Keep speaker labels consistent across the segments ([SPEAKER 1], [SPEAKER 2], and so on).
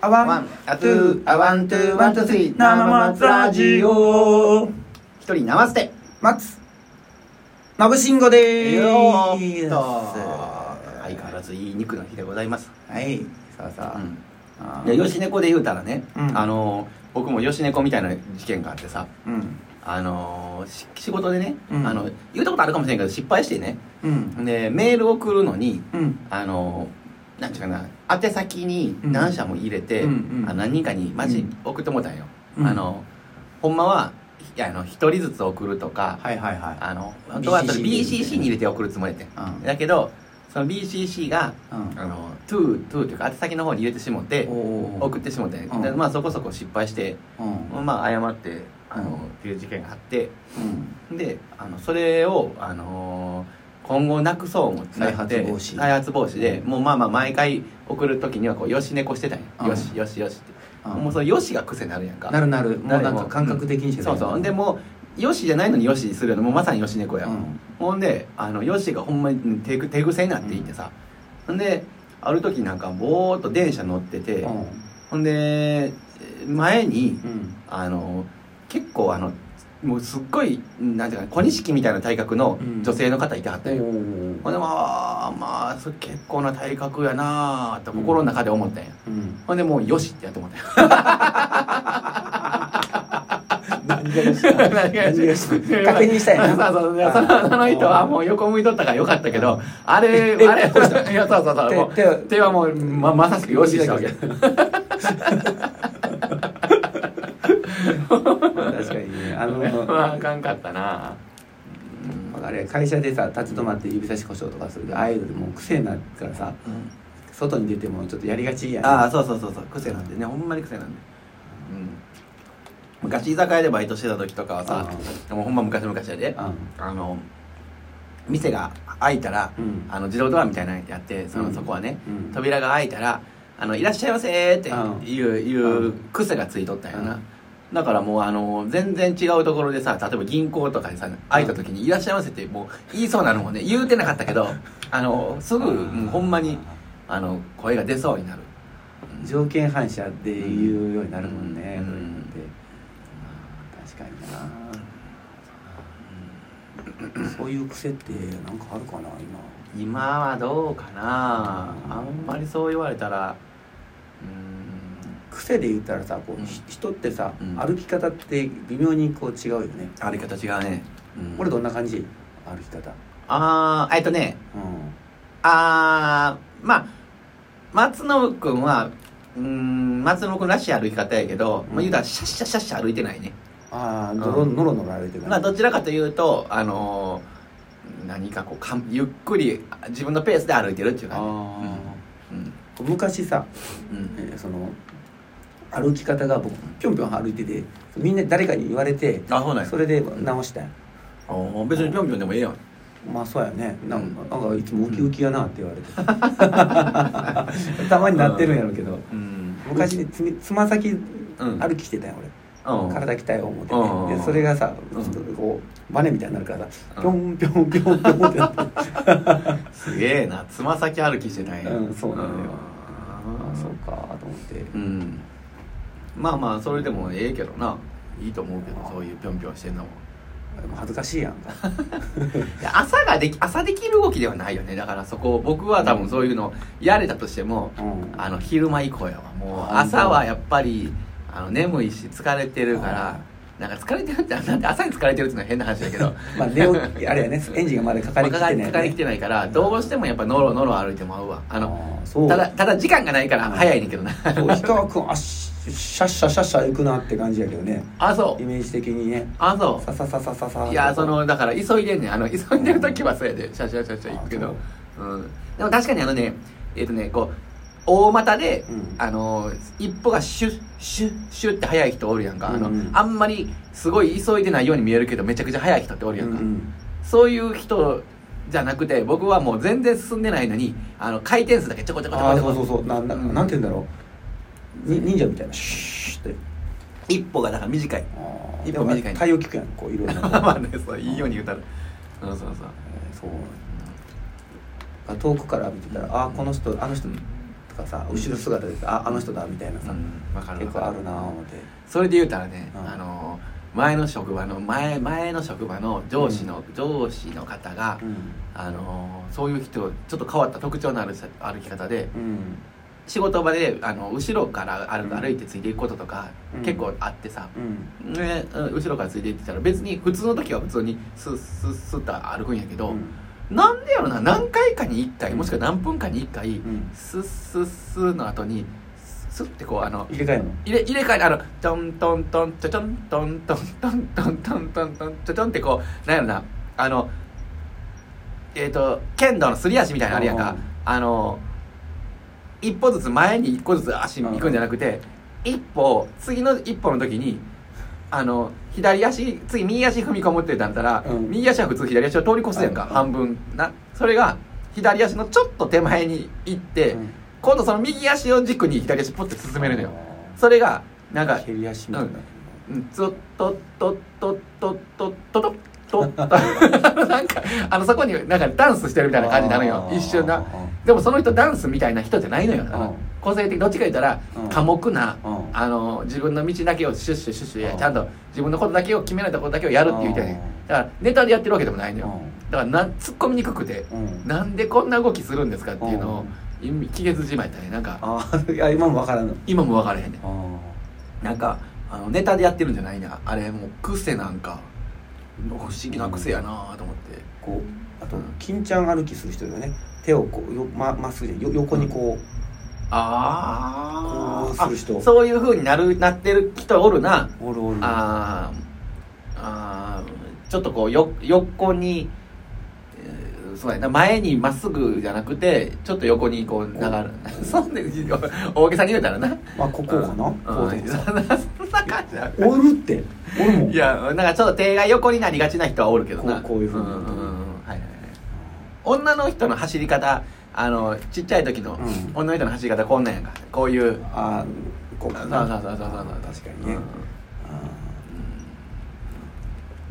[SPEAKER 1] アワ
[SPEAKER 2] ワ
[SPEAKER 1] ン
[SPEAKER 2] ン、アトゥー、アワン、トゥー、ワン、トゥー、スリー、
[SPEAKER 1] 生松ラジ。オ
[SPEAKER 2] 一人生捨て。
[SPEAKER 1] 松信慎吾で
[SPEAKER 2] よ
[SPEAKER 1] ー
[SPEAKER 2] ー
[SPEAKER 1] す
[SPEAKER 2] っと。相変わらずいい肉の日でございます。
[SPEAKER 1] はいさあさ
[SPEAKER 2] うん
[SPEAKER 1] ああ
[SPEAKER 2] で、
[SPEAKER 1] ー
[SPEAKER 2] 吉猫で言うたらね、
[SPEAKER 1] うん
[SPEAKER 2] あのー、僕も吉猫みたいな事件があってさ、
[SPEAKER 1] うん
[SPEAKER 2] あのー、し仕事でね、
[SPEAKER 1] うん
[SPEAKER 2] あの、言うたことあるかもしれんけど、失敗してね、
[SPEAKER 1] うん
[SPEAKER 2] で、メール送るのに、
[SPEAKER 1] うん
[SPEAKER 2] あのー、なんていうかな、宛先に何社も入れて、
[SPEAKER 1] うんうん
[SPEAKER 2] あ何人かにマジ
[SPEAKER 1] うん
[SPEAKER 2] 送ってもうたんよ。
[SPEAKER 1] うん
[SPEAKER 2] あの、ほんまは、いやあの、一人ずつ送るとか、
[SPEAKER 1] はいはいは
[SPEAKER 2] あの、本当はそれ
[SPEAKER 1] BCC
[SPEAKER 2] BCC に入れて送るつもりやって
[SPEAKER 1] うん
[SPEAKER 2] ん。だけど、その BCC が、
[SPEAKER 1] いうん
[SPEAKER 2] あの、to、to というか、宛先の方に入れてしもって、
[SPEAKER 1] お
[SPEAKER 2] 送ってしもって、
[SPEAKER 1] うん
[SPEAKER 2] でまあそこそこ失敗して、
[SPEAKER 1] うんうん
[SPEAKER 2] まあ謝って、あ
[SPEAKER 1] うん
[SPEAKER 2] の、っていう事件があって、で、あの、それを、あのー今後なくそう思って
[SPEAKER 1] 再発防止
[SPEAKER 2] 再発防止で、もうまあまあ毎回送る時にはこう、よし猫してたん
[SPEAKER 1] うん
[SPEAKER 2] や。よし、よし、よしって。
[SPEAKER 1] うん
[SPEAKER 2] もうそのよしが癖になるやんか。
[SPEAKER 1] なるなるもうなんか
[SPEAKER 2] うん
[SPEAKER 1] 感覚的にして
[SPEAKER 2] そうそう。で、もう、よしじゃないのによしするのもうまさによし猫や。
[SPEAKER 1] うん
[SPEAKER 2] ほんであのヨッシーがほんまに手ぐ手癖になっていてさ、ほんである時なんかぼーっと電車乗ってて、
[SPEAKER 1] うん
[SPEAKER 2] ほんで前に
[SPEAKER 1] うん
[SPEAKER 2] あの結構あのもうすっごいなんていうか小錦みたいな体格の女性の方いてはったよ、
[SPEAKER 1] うん
[SPEAKER 2] ほんでまあまあそ結構な体格やなーって心の中で思ったんや、
[SPEAKER 1] うん
[SPEAKER 2] ほんでもうよしってやって思ったんや
[SPEAKER 1] 何がよ し何がよし確認したいな
[SPEAKER 2] そうそうそうそのその人はもう横向いとったからよかったけ
[SPEAKER 1] う
[SPEAKER 2] どあれ
[SPEAKER 1] え
[SPEAKER 2] あれ いやそうそうそうもう
[SPEAKER 1] 手手を
[SPEAKER 2] 手はもうままさしくよししたわけ
[SPEAKER 1] 確かにねあの
[SPEAKER 2] まああかんかったな
[SPEAKER 1] わかる会社でさ立ち止まって指差し故障とかするけどああいうのでもう癖になるからさ外に出てもちょっとやりがちや
[SPEAKER 2] あ
[SPEAKER 1] あ
[SPEAKER 2] あそうそうそうそう癖なんでねほんまに癖なんでうん昔居酒屋でバイトしてた時とかはさもうほんま昔々やで
[SPEAKER 1] あ
[SPEAKER 2] あの店が開いたら
[SPEAKER 1] うん
[SPEAKER 2] あの自動ドアみたいなのやってそ
[SPEAKER 1] うん
[SPEAKER 2] のそこはね
[SPEAKER 1] うん
[SPEAKER 2] 扉が開いたら「あのいらっしゃいませ」って
[SPEAKER 1] うん
[SPEAKER 2] いう
[SPEAKER 1] う
[SPEAKER 2] い
[SPEAKER 1] ん
[SPEAKER 2] う癖がついとったんや
[SPEAKER 1] う
[SPEAKER 2] なんだからもうあの全然違うところでさ例えば銀行とかでさ開いた時に「いらっしゃいませ」ってもう言いそうなのもんね言うてなかった けどあのすぐもうほんまにあの声が出そうになる
[SPEAKER 1] 条件反射で言うようになるもんね、
[SPEAKER 2] うん
[SPEAKER 1] そういうのってあー確かにな、そういう癖ってなんかあるかな
[SPEAKER 2] 今はどうかなあんまりそう言われたらう
[SPEAKER 1] 今癖で言ったらさこう、
[SPEAKER 2] うん
[SPEAKER 1] ひ人ってさ、
[SPEAKER 2] うん
[SPEAKER 1] 歩き方って微妙にこう違うよね、
[SPEAKER 2] ーん歩き方違うね
[SPEAKER 1] 俺どんな感じ歩き方
[SPEAKER 2] ああえっとね
[SPEAKER 1] うん
[SPEAKER 2] あーまあ松信君はうーん松信君らしい歩き方やけど、
[SPEAKER 1] うん
[SPEAKER 2] まあ、言うたらシャッシャッシャッシャ歩いてないね、
[SPEAKER 1] ああ
[SPEAKER 2] うん
[SPEAKER 1] のろのろのろ歩いてる
[SPEAKER 2] まあどちらかというとあのー何かこうかんゆっくりあ自分のペースで歩いてるっていう
[SPEAKER 1] あ
[SPEAKER 2] か、
[SPEAKER 1] ー
[SPEAKER 2] うん
[SPEAKER 1] こう昔さ、
[SPEAKER 2] うん
[SPEAKER 1] えーその歩き方が僕ぴょんぴょん歩いててみんな誰かに言われて
[SPEAKER 2] あそうなんや
[SPEAKER 1] それで直したんや
[SPEAKER 2] あー別にぴょんぴょんでもええやん
[SPEAKER 1] まあそうやねなん
[SPEAKER 2] うん
[SPEAKER 1] かなんかいつもウキウキやなって言われて、 たまになってるんやろうけど、
[SPEAKER 2] うん
[SPEAKER 1] 昔ねつみつま先
[SPEAKER 2] うん
[SPEAKER 1] 歩きしてたんや
[SPEAKER 2] うん
[SPEAKER 1] 俺体鍛えよう思って、
[SPEAKER 2] うんうんうん
[SPEAKER 1] でそれがさ、
[SPEAKER 2] うん
[SPEAKER 1] ちょっとこうバネみたいになるからさ
[SPEAKER 2] うん
[SPEAKER 1] ぴょんぴょんぴょんぴょんってなって
[SPEAKER 2] すげえなつま先歩きしてない
[SPEAKER 1] うんそうなのよあ
[SPEAKER 2] あ
[SPEAKER 1] あ
[SPEAKER 2] ー
[SPEAKER 1] そうかと思って
[SPEAKER 2] うんまあまあそれでもええけどないいと思うけどそういうぴょんぴょんしてんのも
[SPEAKER 1] でも恥ずかしいやんか
[SPEAKER 2] いや朝ができ朝できる動きではないよねだからそこ僕は多分そういうのやれたとしても
[SPEAKER 1] うん
[SPEAKER 2] あの昼間以降やわもう
[SPEAKER 1] あ
[SPEAKER 2] 朝はやっぱりあの眠いし疲れてるからなんか疲れてるってなんで朝に疲れてるっていうのは変な話だ けど
[SPEAKER 1] まあ寝起きあれやねエンジンがまだかかりきってない、ね、
[SPEAKER 2] かかりきてないからどうしてもやっぱノロノロ歩いても合うわあの
[SPEAKER 1] あーそう
[SPEAKER 2] ただただ時間がないから早いねんけどな
[SPEAKER 1] そう氷川君あシャッシャッシャッシャ行くなって感じやけどね
[SPEAKER 2] あそ
[SPEAKER 1] イ
[SPEAKER 2] う
[SPEAKER 1] メージ的にね
[SPEAKER 2] あそう
[SPEAKER 1] ささささささ
[SPEAKER 2] いやそのだから急いでんねんあの急いでる時はそうやでシャシャシャシャ行くけどうんでも確かにあのねえっ、とねこう大股で、
[SPEAKER 1] うん
[SPEAKER 2] あの一歩がシュッシュッシュッって速い人おるやんかあの、
[SPEAKER 1] うんうん
[SPEAKER 2] あんまりすごい急いでないように見えるけどめちゃくちゃ速い人っておる
[SPEAKER 1] う
[SPEAKER 2] やん
[SPEAKER 1] んう
[SPEAKER 2] か、
[SPEAKER 1] ん
[SPEAKER 2] そういう人じゃなくて僕はもう全然進んでないのにあの回転数だけちょこちょこちょ
[SPEAKER 1] あ
[SPEAKER 2] こ
[SPEAKER 1] あ
[SPEAKER 2] ちょ
[SPEAKER 1] そ
[SPEAKER 2] こ
[SPEAKER 1] うそうそうなんな
[SPEAKER 2] うん
[SPEAKER 1] なんて言うんだろうに忍者みたいなシューって
[SPEAKER 2] 一歩がだから短い
[SPEAKER 1] あー
[SPEAKER 2] 一歩短いね
[SPEAKER 1] 対応聞くやんこういろい ろな
[SPEAKER 2] まあねそういいように言うたらそうそうそう
[SPEAKER 1] そう遠くから見てたらああこの人あの人とかさ後ろ姿でああの人だみたいなさ、
[SPEAKER 2] わかる
[SPEAKER 1] 結構あるなぁ思って
[SPEAKER 2] それで言うたらね、
[SPEAKER 1] うん
[SPEAKER 2] あの前の職場の前前の職場の上司の、上司の方が、
[SPEAKER 1] うん
[SPEAKER 2] あのそういう人ちょっと変わった特徴のあるさ歩き方で
[SPEAKER 1] うん
[SPEAKER 2] 仕事場であの後ろから歩
[SPEAKER 1] う
[SPEAKER 2] く
[SPEAKER 1] ん
[SPEAKER 2] 歩いてついていくこととか、
[SPEAKER 1] うん
[SPEAKER 2] 結構あってさ、
[SPEAKER 1] うん
[SPEAKER 2] ね、うん後ろからついていってたら別に普通の時は普通にスッスッスッと歩くんやけど、なんでやろな何回かに1回もしくは何分かに1回、
[SPEAKER 1] うん
[SPEAKER 2] スッスッスーの後にスッてこうあの
[SPEAKER 1] 入れ替えんの
[SPEAKER 2] 入れ入れ替えてあのトントントンちょちょんトントントントントントントンちょちょんってこうなんやろなあのえっ、と剣道のすり足みたいなのあるやんか、
[SPEAKER 1] うん
[SPEAKER 2] あの一歩ずつ前に一個ずつ足行くんじゃなくて、一歩次の一歩の時にあの左足次右足踏み込むって言ったら、
[SPEAKER 1] うん
[SPEAKER 2] 右足は普通左足を通り越すやんか、
[SPEAKER 1] うん
[SPEAKER 2] 半分なそれが左足のちょっと手前に行って、
[SPEAKER 1] うん
[SPEAKER 2] 今度その右足を軸に左足ポッて進めるのよ、それがなんか
[SPEAKER 1] 蹴り足みたいな
[SPEAKER 2] うん「とっとっとっとっとっとっとっとっとっと」なんかあのそこになんかダンスしてるみたいな感じになるよ
[SPEAKER 1] あー
[SPEAKER 2] 一瞬な
[SPEAKER 1] う
[SPEAKER 2] でもその人ダンスみたいな人じゃないのよ
[SPEAKER 1] うん
[SPEAKER 2] 個性的どっちか言ったら
[SPEAKER 1] うん
[SPEAKER 2] 寡黙なん
[SPEAKER 1] うん
[SPEAKER 2] あの自分の道だけをシュッシュシュッシ
[SPEAKER 1] う
[SPEAKER 2] ュ
[SPEAKER 1] ん
[SPEAKER 2] ちゃんと自分のことだけを決められたことだけをやるっていう人やね
[SPEAKER 1] うん
[SPEAKER 2] だからネタでやってるわけでもないの
[SPEAKER 1] う
[SPEAKER 2] よ
[SPEAKER 1] ん
[SPEAKER 2] だからな突っ込みにくくて
[SPEAKER 1] うん
[SPEAKER 2] なんでこんな動きするんですかっていうの
[SPEAKER 1] う
[SPEAKER 2] を
[SPEAKER 1] ん
[SPEAKER 2] 今期月じまいやったねなんか
[SPEAKER 1] あーいや今もわからんの
[SPEAKER 2] 今も分からへんねん
[SPEAKER 1] あ
[SPEAKER 2] なんかあのネタでやってるんじゃないなあれもう癖なんか不思議な癖やなと思って
[SPEAKER 1] ーこうあと金ちゃん歩きする人よね手をこうよままっすぐでよ横にこ
[SPEAKER 2] あ
[SPEAKER 1] こう
[SPEAKER 2] ーあ
[SPEAKER 1] する人
[SPEAKER 2] そういうふうになるなってる人おるな
[SPEAKER 1] うおるおる
[SPEAKER 2] あーあーちょっとこうよ横に、えーそうやな前にまっすぐじゃなくてちょっと横にこう流れ
[SPEAKER 1] こ
[SPEAKER 2] そんで大げさに言うたらな
[SPEAKER 1] まあここかなこ
[SPEAKER 2] うん
[SPEAKER 1] う
[SPEAKER 2] う
[SPEAKER 1] とか
[SPEAKER 2] んそ
[SPEAKER 1] さ
[SPEAKER 2] んな そんな感じだ
[SPEAKER 1] おるっておるもん
[SPEAKER 2] いやなんかちょっと手が横になりがちな人はおるけどな
[SPEAKER 1] こうこういうふうに
[SPEAKER 2] んんうんはいはいはい女の人の走り方あのちっちゃい時の、
[SPEAKER 1] うん
[SPEAKER 2] 女の人の走り方こんなんやんかこういう
[SPEAKER 1] あーこうかな
[SPEAKER 2] そうそうそうそうそう
[SPEAKER 1] 確かにね
[SPEAKER 2] うん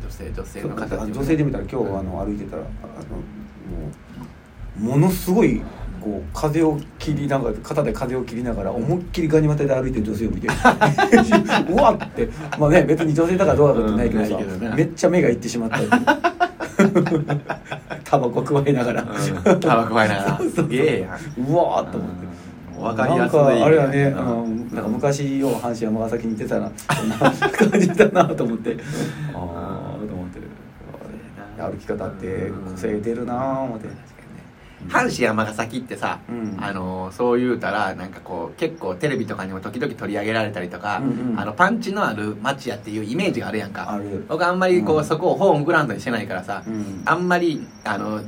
[SPEAKER 1] あ
[SPEAKER 2] 女性女
[SPEAKER 1] ー
[SPEAKER 2] 性
[SPEAKER 1] ちょ
[SPEAKER 2] の
[SPEAKER 1] っと
[SPEAKER 2] 形
[SPEAKER 1] あ女性で見たら今日あの歩いてたらあのもうものすごいこう風を切りながら肩で風を切りながら思いっきりガニ股で歩いてる 女性を見てうわっってまあね別に女性だからどうだかってないけどさ、
[SPEAKER 2] うんないけどね
[SPEAKER 1] めっちゃ目がいってしまった タバコ加えながら、
[SPEAKER 2] うんタバコ前 ながらすげえやん
[SPEAKER 1] うわーっと思って。
[SPEAKER 2] うんわかりやすい
[SPEAKER 1] なんかあれはね、あの
[SPEAKER 2] うん
[SPEAKER 1] なんか昔よう阪神山ヶ崎に出たなそんな感じだなと思ってああと思って歩き方って個性出るなー思って
[SPEAKER 2] 確かにね阪神尼崎ってさ、
[SPEAKER 1] うん
[SPEAKER 2] あのそう言うたらなんかこう結構テレビとかにも時々取り上げられたりとか、
[SPEAKER 1] うんうん
[SPEAKER 2] あのパンチのある町やっていうイメージがあるやんか
[SPEAKER 1] ある
[SPEAKER 2] 僕あんまりこう、
[SPEAKER 1] うん
[SPEAKER 2] そこをホームグラウンドにしてないからさ、
[SPEAKER 1] うん
[SPEAKER 2] あんまりあの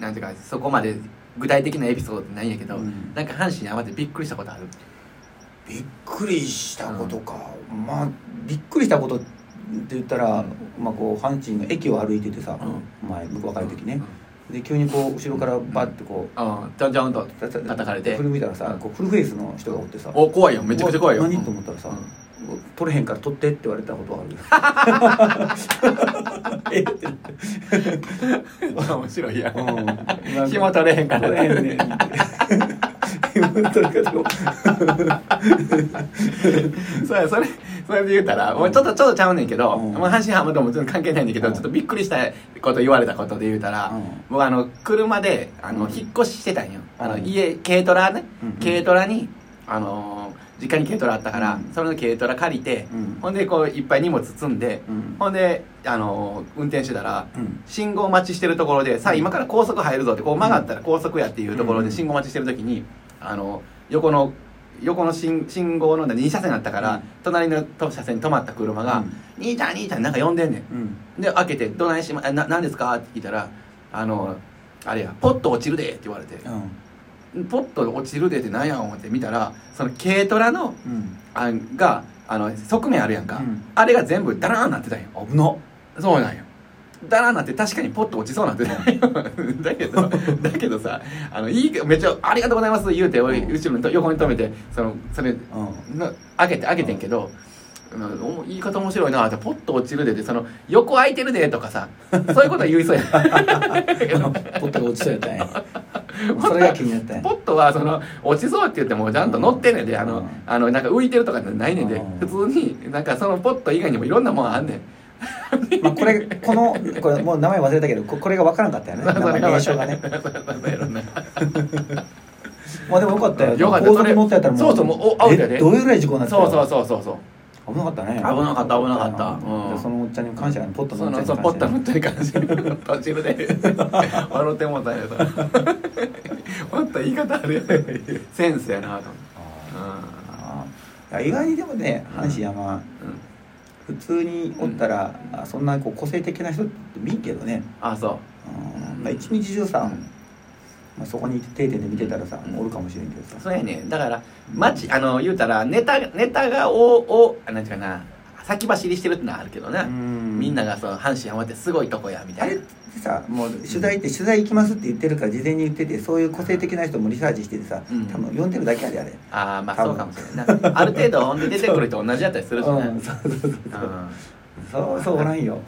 [SPEAKER 2] なんていうかそこまで具体的なエピソードってないんやけど、
[SPEAKER 1] うん
[SPEAKER 2] なんか阪神にってびっくりしたことある
[SPEAKER 1] びっくりしたことか、まあびっくりしたことって言ったら、まあこう阪神の駅を歩いててさ、前僕若い時ね、で急にこう後ろからバッてこ
[SPEAKER 2] うんちょんちょんと
[SPEAKER 1] う叩
[SPEAKER 2] 叩かれて
[SPEAKER 1] 振り向いたらさ、こうフルフェイスの人がおってさ
[SPEAKER 2] お怖いよめちゃくちゃ怖いよ
[SPEAKER 1] うわ何と思ったらさ、取れへんから取ってって言われたことはあるえって
[SPEAKER 2] うん面白いや
[SPEAKER 1] うん
[SPEAKER 2] ん
[SPEAKER 1] なんか
[SPEAKER 2] 紐取れへんから
[SPEAKER 1] 取れへんねん紐取り方を
[SPEAKER 2] そうやそれそれで言うたらもうちょっとちょっとちゃうねんけど、
[SPEAKER 1] うん
[SPEAKER 2] もう阪神ハムとも全然関係ないんだけど、
[SPEAKER 1] うん
[SPEAKER 2] ちょっとびっくりしたこと言われたことで言うたら、
[SPEAKER 1] うん
[SPEAKER 2] 僕あの車であの、
[SPEAKER 1] うん
[SPEAKER 2] 引っ越ししてたんよ、あの
[SPEAKER 1] うん
[SPEAKER 2] 家軽トラね、
[SPEAKER 1] うんうん
[SPEAKER 2] 軽トラにあのー実家に軽トラあったから、
[SPEAKER 1] うん
[SPEAKER 2] それの軽トラ借りて、
[SPEAKER 1] うん
[SPEAKER 2] ほんでこういっぱい荷物積んで、
[SPEAKER 1] うん
[SPEAKER 2] ほんであのー運転してたら、
[SPEAKER 1] うん
[SPEAKER 2] 信号待ちしてるところでさあ今から高速入るぞってこう曲がったら高速やっていうところで信号待ちしてる時にあの横の横の信信号の2車線だったか
[SPEAKER 1] う
[SPEAKER 2] ら
[SPEAKER 1] ん
[SPEAKER 2] 隣の車線に止まった車が
[SPEAKER 1] うん
[SPEAKER 2] 「兄ちゃん兄ちゃん」なんか呼んでんね
[SPEAKER 1] うん
[SPEAKER 2] んで開けて「どないしまえな何ですか?」って聞いたら「あのあれやポッと落ちるで」って言われて
[SPEAKER 1] うん
[SPEAKER 2] 「ポッと落ちるで」ってなんや思って見たらその軽トラの
[SPEAKER 1] うん
[SPEAKER 2] あがあの側面あるやんか
[SPEAKER 1] うん
[SPEAKER 2] あれが全部ダラーンなってたんよ
[SPEAKER 1] 危な
[SPEAKER 2] そうなんよだらーなんて確かにポッと落ちそうなんてないよ だけ どだけどさあのいいけめっちゃ「ありがとうございます」言うて俺
[SPEAKER 1] うん
[SPEAKER 2] 後ろにと横に止めてそのそれ
[SPEAKER 1] う
[SPEAKER 2] な開けて開けてんけど、うんお言い方面白いなってポッと落ちるでってその 横空いてるでとかさそういうことは言いそうや
[SPEAKER 1] んポットが落ちそうやったんやそれが気になったんや
[SPEAKER 2] ポットはその落ちそうって言ってもちゃんと乗ってんねんであ
[SPEAKER 1] う
[SPEAKER 2] の
[SPEAKER 1] ん
[SPEAKER 2] あのなんか浮いてるとかないねんで
[SPEAKER 1] うん
[SPEAKER 2] 普通になんかそのポット以外にもいろんなもんあんねん
[SPEAKER 1] まあ、これこのこれもう名前忘れたけどここれが分からんかったよね名前名称がねまあでもよかったよ
[SPEAKER 2] よかった
[SPEAKER 1] 高
[SPEAKER 2] そ
[SPEAKER 1] 速
[SPEAKER 2] れ
[SPEAKER 1] 乗ってやったらもう
[SPEAKER 2] そうそうもうおアウトやで
[SPEAKER 1] えどれぐらい事故になった
[SPEAKER 2] そうそう
[SPEAKER 1] う
[SPEAKER 2] そうそうそう
[SPEAKER 1] 危なかったね
[SPEAKER 2] 危なかった危なかったうん
[SPEAKER 1] じゃあそのおっちゃんに感謝だねポットの
[SPEAKER 2] そ
[SPEAKER 1] おっちゃん
[SPEAKER 2] の
[SPEAKER 1] に
[SPEAKER 2] そ
[SPEAKER 1] 感謝
[SPEAKER 2] のポッタ
[SPEAKER 1] ね
[SPEAKER 2] のってる感じ途中で 笑ってもうた んやなポッタ言い方あるやんセンスやなと
[SPEAKER 1] あー
[SPEAKER 2] 思
[SPEAKER 1] あーいや意外にでもね阪神山
[SPEAKER 2] う、うんうん、
[SPEAKER 1] 普通におったら、あそんなこう個性的な人って見んけどね、
[SPEAKER 2] あそう
[SPEAKER 1] うんまあ、一日中さ、まあ、そこに定点で見てたらさ、
[SPEAKER 2] うん
[SPEAKER 1] おるかもしれんけどさ
[SPEAKER 2] そうやねだから街あの言うたらネタネタがおおあなんていうかな先走りしてるってのはあるけどな、みんな
[SPEAKER 1] が
[SPEAKER 2] がその阪神・山ってすごいとこやみた
[SPEAKER 1] あ
[SPEAKER 2] い
[SPEAKER 1] れっ
[SPEAKER 2] な
[SPEAKER 1] てさもう取材って取材行きますって言ってるから事前に言っててそういう個性的な人もリサーチしててさ、
[SPEAKER 2] うん
[SPEAKER 1] 多分呼んでるだけやであれ、
[SPEAKER 2] ああまあ
[SPEAKER 1] 多分
[SPEAKER 2] そうかもしれないなある程度ほんで出てくると同じやったりするし ね、
[SPEAKER 1] うんそうそうそう
[SPEAKER 2] うん
[SPEAKER 1] そうそうおらん よ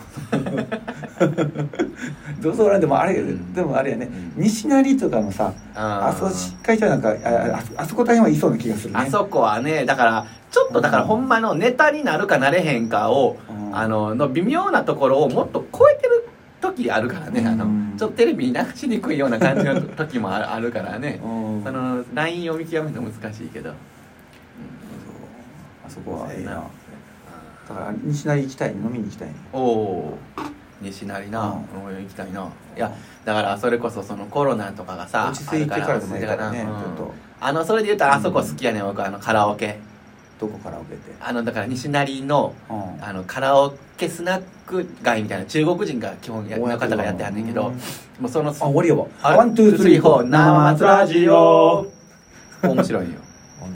[SPEAKER 1] どうぞおらんでもあれ、
[SPEAKER 2] うん
[SPEAKER 1] でもあれやね
[SPEAKER 2] うん
[SPEAKER 1] 西成とかもさあそこしっかりとなんかああそあそこら辺はいそうな気がするね
[SPEAKER 2] あそこはねだからちょっとだからほんまのネタになるかなれへんかを、
[SPEAKER 1] うん
[SPEAKER 2] あのの微妙なところをもっと超えてる時あるからねあの、
[SPEAKER 1] うん
[SPEAKER 2] ちょっとテレビに流しにくいような感じの時もああるからね、
[SPEAKER 1] うん
[SPEAKER 2] そのラインを見極めるの難しいけど、
[SPEAKER 1] あそこはええ
[SPEAKER 2] そうや
[SPEAKER 1] な
[SPEAKER 2] な
[SPEAKER 1] だから西成行きたい飲みに行きたいね
[SPEAKER 2] おお西成な、俺行きたいないやだからそれこそそのコロナとかがさ
[SPEAKER 1] 落ち着いてからでもええからね
[SPEAKER 2] あ
[SPEAKER 1] ち
[SPEAKER 2] る
[SPEAKER 1] ょ
[SPEAKER 2] から
[SPEAKER 1] っと
[SPEAKER 2] あのそれで言うたらあそこ好きやね、僕あのカラオケ
[SPEAKER 1] どこから受けて
[SPEAKER 2] あのだから西成の
[SPEAKER 1] うん
[SPEAKER 2] あのカラオケスナック街みたいな中国人が基本やの方がやってはんねんけど
[SPEAKER 1] うん
[SPEAKER 2] もうその
[SPEAKER 1] あ終わりや
[SPEAKER 2] あ
[SPEAKER 1] わワンツースリーフォー
[SPEAKER 2] 生ラジオ面白いんよ